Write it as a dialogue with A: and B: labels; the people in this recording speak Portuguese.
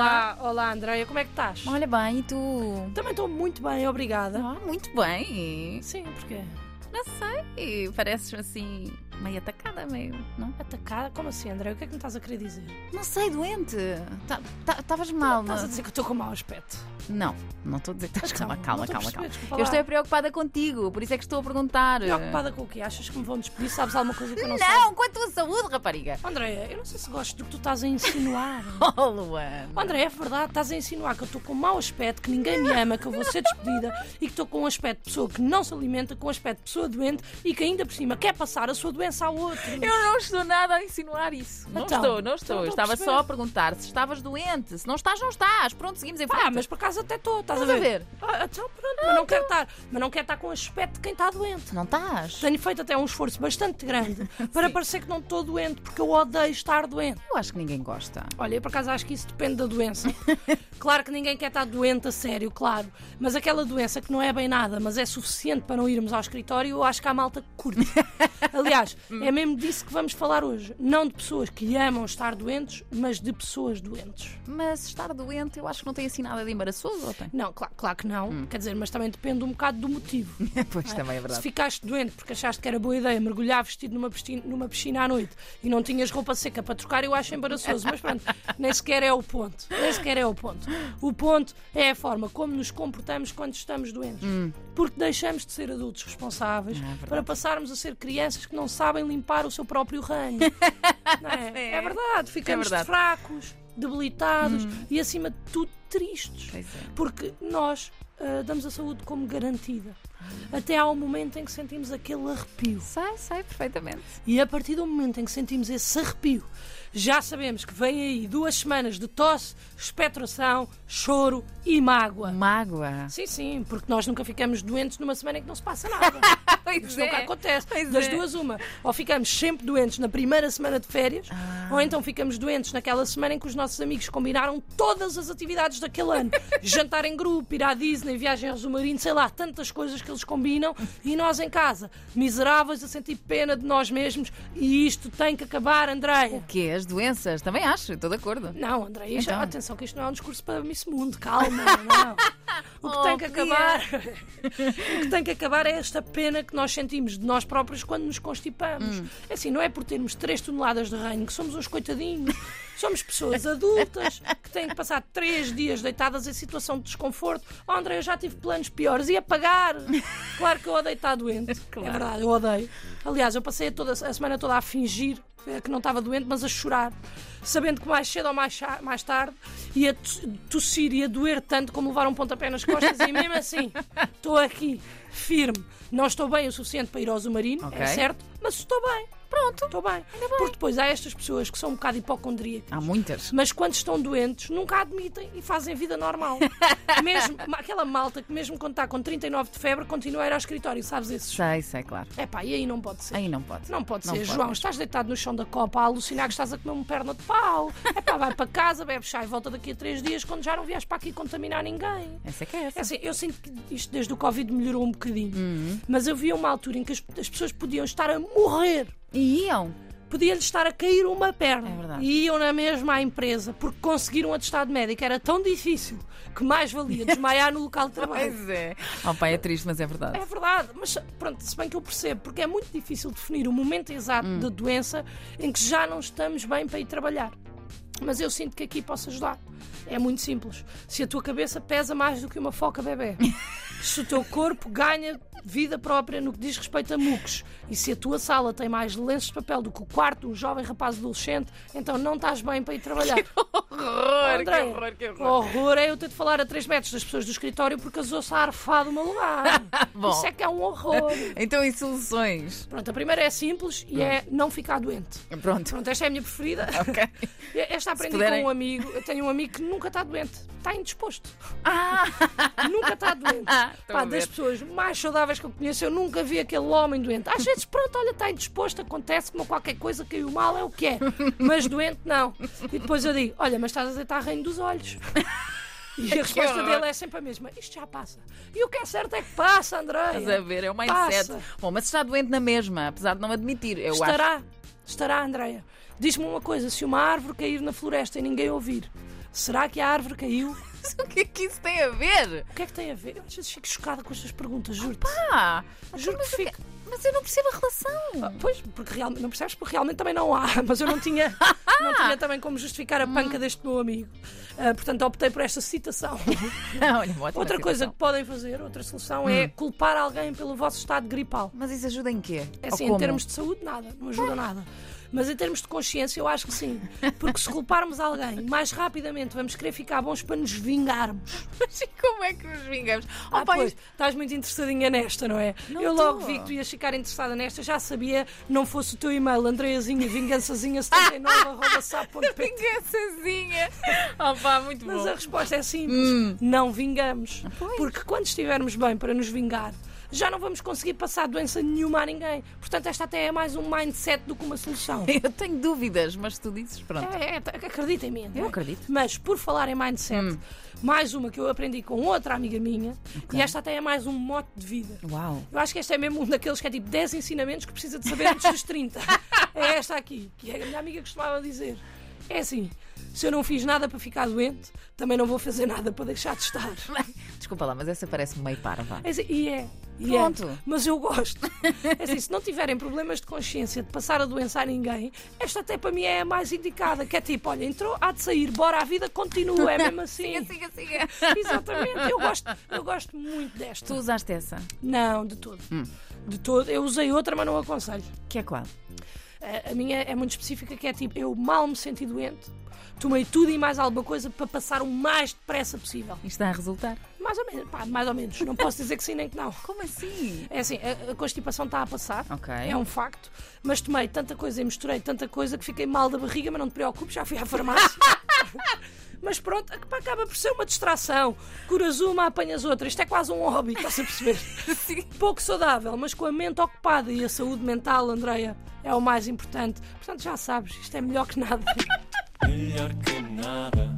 A: Olá, Andreia, como é que estás?
B: Olha bem, e tu?
A: Também estou muito bem, obrigada.
B: Ah, muito bem.
A: Sim, porquê?
B: Não sei, pareces assim meio atacada, meio, não?
A: Atacada? Como assim, André? O que é que me estás a querer dizer?
B: Não sei, doente. Tá, Estavas mal.
A: Estás a
B: não-
A: dizer que eu estou com mau aspecto.
B: Não, não estou a dizer que estás calma,
A: Não,
B: calma,
A: não estou
B: calma,
A: a
B: calma.
A: perceber, desculpa
B: Eu
A: lá.
B: estou é preocupada contigo, por isso é que estou a perguntar.
A: Preocupada com o quê? Achas que me vão despedir? Sabes alguma coisa que eu não, sei?
B: Não, com a tua saúde, rapariga.
A: Andréia, eu não sei se gosto do que tu estás a insinuar.
B: Oh, Luana.
A: Oh, André, é verdade, estás a insinuar que eu estou com mau aspecto, que ninguém me ama, que eu vou ser despedida e que estou com um aspecto de pessoa que não se alimenta, com um aspecto de pessoa doente e que ainda por cima quer passar a sua doença ao outro.
B: Eu não estou nada a insinuar isso. Não
A: Então,
B: estou, não estou.
A: não estou a
B: Estava
A: perceber.
B: só a perguntar se estavas doente. Se não estás, não estás. Pronto, seguimos em frente.
A: Pá, Ah, mas por acaso até estou, estás
B: Estás a ver?
A: Ah, então pronto, mas não quero estar. Mas não quero estar com o aspecto de quem está doente.
B: Tu não estás?
A: Tenho feito até um esforço bastante grande para parecer que não estou doente, porque eu odeio estar doente.
B: Eu acho que ninguém gosta.
A: Olha, eu por acaso acho que isso depende da doença. claro que ninguém quer estar doente a sério, claro. Mas aquela doença que não é bem nada, mas é suficiente para não irmos ao escritório, eu acho que há malta que curte. Aliás, é mesmo disso que vamos falar hoje. Não de pessoas que amam estar doentes, mas de pessoas doentes.
B: Mas estar doente, eu acho que não tem assim nada de embaraçoso, ou tem?
A: Não, claro, claro que não. Quer dizer, mas também depende um bocado do motivo.
B: pois, também é
A: Se ficaste doente porque achaste que era boa ideia mergulhar vestido numa piscina, numa piscina à noite e não tinhas roupa seca para trocar, eu acho embaraçoso. Mas pronto, nem sequer é o ponto. Nem sequer é o ponto. O ponto é a forma como nos comportamos quando estamos doentes.
B: Hum.
A: Porque deixamos de ser adultos responsáveis
B: é
A: para passarmos a ser crianças que não sabem limpar o seu próprio ranho. Não é? É verdade, ficamos
B: É verdade.
A: fracos, debilitados e, acima de tudo, tristes.
B: Hum. Pois é.
A: Porque nós ah, damos a saúde como garantida. Até ao momento em que sentimos aquele arrepio.
B: Sei, sei perfeitamente.
A: E a partir do momento em que sentimos esse arrepio, já sabemos que vem aí duas semanas de tosse, expectoração, choro e mágoa.
B: Mágoa.
A: Sim, sim, porque nós nunca ficamos doentes numa semana em que não se passa nada.
B: Pois
A: Isto nunca acontece.
B: Pois
A: das
B: é.
A: duas, uma. Ou ficamos sempre doentes na primeira semana de férias,
B: Ah.
A: ou então ficamos doentes naquela semana em que os nossos amigos combinaram todas as atividades daquele ano. Jantar em grupo, ir à Disney, viagem ao submarino, sei lá, tantas coisas que eles combinam. E nós em casa, miseráveis, a sentir pena de nós mesmos. E isto tem que acabar, Andréia.
B: Que as doenças, também acho, estou de acordo.
A: Não, André, isto-
B: Então.
A: atenção que isto não é um discurso para Miss Mundo, calma, não. O que
B: Oh,
A: tem que
B: podia.
A: acabar, o que tem que acabar é esta pena que nós sentimos de nós próprios quando nos constipamos. É Assim, não é por termos 3 toneladas de reino que somos uns coitadinhos. Somos pessoas adultas que têm que passar 3 dias deitadas em situação de desconforto. Oh, André, eu já tive planos piores. E a pagar? Claro que eu odeio estar doente. É verdade, eu odeio. Aliás, eu passei a, toda, a semana toda a fingir eh, que não estava doente, mas a chorar, sabendo que mais cedo ou mais, cha- mais tarde ia to- tossir, ia doer tanto como levar um pontapé nas costas, e mesmo assim estou aqui, firme. Não estou bem o suficiente para ir ao Zumarino,
B: Ok.
A: é certo, mas estou bem. Pronto, estou bem. Porque depois há estas pessoas que são um bocado hipocondríacas
B: Há muitas.
A: mas quando estão doentes nunca admitem e fazem vida normal. mesmo ma- aquela malta que mesmo quando está com 39 de febre continua a ir ao escritório, sabes esses?
B: Sei, sei, claro.
A: É pá, e aí não pode ser.
B: Aí não pode.
A: Não pode ser,
B: Não pode
A: João.
B: mesmo.
A: Estás deitado no chão da copa a alucinar que estás a comer uma perna de pau. É pá, vai para casa, bebe chá e volta daqui a três dias quando já não vies para aqui contaminar ninguém.
B: Essa é que é
A: É
B: essa.
A: assim, eu sinto que isto desde o Covid melhorou um bocadinho,
B: Uhum.
A: mas havia uma altura em que as, as pessoas podiam estar a morrer
B: E iam.
A: podia-lhe estar a cair uma perna.
B: É verdade.
A: e iam na mesma à empresa, porque conseguir um atestado médico era tão difícil que mais valia desmaiar no local de trabalho.
B: Pois é. Oh, pai, é triste, mas é verdade.
A: É verdade, mas pronto, se bem que eu percebo, porque é muito difícil definir o momento exato
B: Hum.
A: da doença em que já não estamos bem para ir trabalhar. Mas eu sinto que aqui posso ajudar. É muito simples. Se a tua cabeça pesa mais do que uma foca bebê, se o teu corpo ganha vida própria no que diz respeito a mucos e se a tua sala tem mais lenços de papel do que o quarto de um jovem rapaz adolescente, então não estás bem para ir trabalhar.
B: Horror,
A: André, O horror é eu ter de falar a 3 metros das pessoas do escritório porque as ouço a arfar do meu lugar.
B: Bom.
A: Isso é que é um horror.
B: Então, e soluções?
A: Pronto, a primeira é simples e é não ficar doente.
B: Pronto.
A: Pronto, esta é a minha preferida.
B: Ok.
A: Esta aprendi
B: puderem.
A: com um amigo. Eu tenho um amigo que nunca está doente. Está indisposto.
B: Ah,
A: Nunca está doente.
B: Estou
A: Pá,
B: a
A: das
B: ver.
A: pessoas mais saudáveis que eu conheço, eu nunca vi aquele homem doente. Às vezes, pronto, olha, está indisposto, acontece, como qualquer coisa, caiu mal, é o que é. Mas doente, não. E depois eu digo, olha, mas estás a deitar reino dos olhos. E a resposta
B: horror.
A: dele é sempre a mesma. Isto já passa. E o que é certo é que passa,
B: Estás a
A: André.
B: ver, é o mindset.
A: Passa.
B: Bom, mas está doente na mesma, apesar de não admitir, eu acho.
A: Estará, estará, Andréia. Diz-me uma coisa: se uma árvore cair na floresta e ninguém ouvir, Será que a árvore caiu?
B: Mas o que é que isso tem a ver?
A: O que é que tem a ver? Às vezes fico chocada com estas perguntas, juro-te.
B: Ah, então,
A: Juro
B: mas,
A: que
B: o quê?
A: fico.
B: mas eu não percebo a relação.
A: Pois, porque realmente, não percebes? Porque realmente também não há, mas eu não tinha, não tinha também como justificar a
B: Hum.
A: panca deste meu amigo. Ah, portanto, optei por esta citação.
B: Olha, uma ótima
A: Outra coisa
B: situação.
A: que podem fazer, outra solução,
B: Hum.
A: é culpar alguém pelo vosso estado gripal.
B: Mas isso ajuda em quê?
A: É
B: Ou
A: assim, em
B: como?
A: termos de saúde, nada, não ajuda nada. Mas em termos de consciência, eu acho que sim. Porque se culparmos alguém, mais rapidamente vamos querer ficar bons para nos vingarmos.
B: Mas e como é que nos vingamos?
A: Ah,
B: Oh, pai,
A: pois, estás muito interessadinha nesta, não é?
B: Não
A: eu logo
B: tô.
A: vi que tu ias ficar interessada nesta, já sabia, não fosse o teu e-mail, andreazinha, vingançazinha79.sapo.pt.
B: vingançazinha. Oh, pá, muito bom. Hum. Ah,
A: Mas a resposta é simples: não vingamos. Porque quando estivermos bem para nos vingar, já não vamos conseguir passar doença nenhuma a ninguém. Portanto, esta até é mais um mindset do que uma solução.
B: Eu tenho dúvidas, mas tu dizes, pronto.
A: É, é, ac- acredita em mim. não
B: Eu
A: é?
B: acredito. Hum.
A: Mas por falar em mindset, mais uma que eu aprendi com outra amiga minha, e esta até é mais um mote de vida.
B: Uau.
A: Eu acho que este é mesmo um daqueles que é tipo 10 ensinamentos que precisa de saber antes dos 30. É esta aqui, que a minha amiga costumava dizer. É assim, se eu não fiz nada para ficar doente, também não vou fazer nada para deixar de estar.
B: Desculpa lá, mas essa parece meio parva.
A: É assim, e é. E
B: Pronto.
A: É, mas eu gosto. É assim, se não tiverem problemas de consciência de passar a doença a ninguém, esta até para mim é a mais indicada, que é tipo, olha, entrou, há de sair, bora a vida, continua, é mesmo assim.
B: Siga, siga.
A: Exatamente, eu gosto, eu gosto muito desta.
B: Tu usaste essa,
A: Não, de todo. De todo. Eu usei outra, mas não aconselho.
B: que é qual?
A: A, a minha é muito específica, que é tipo, eu mal me senti doente, tomei tudo e mais alguma coisa para passar o mais depressa possível.
B: Isto está a resultar?
A: Mais ou menos, pá, mais ou menos. Não posso dizer que sim nem que não.
B: Como assim?
A: É assim, a, a constipação está a passar,
B: Ok.
A: é um facto, mas tomei tanta coisa e misturei tanta coisa que fiquei mal da barriga, mas não te preocupes, já fui à farmácia. mas pronto, é pá, acaba por ser uma distração. Curas uma, apanhas outra. Isto é quase um hobby, estás a perceber?
B: Sim.
A: Pouco saudável, mas com a mente ocupada e a saúde mental, Andreia, é o mais importante. Portanto, já sabes, isto é melhor que nada.
C: Melhor que nada.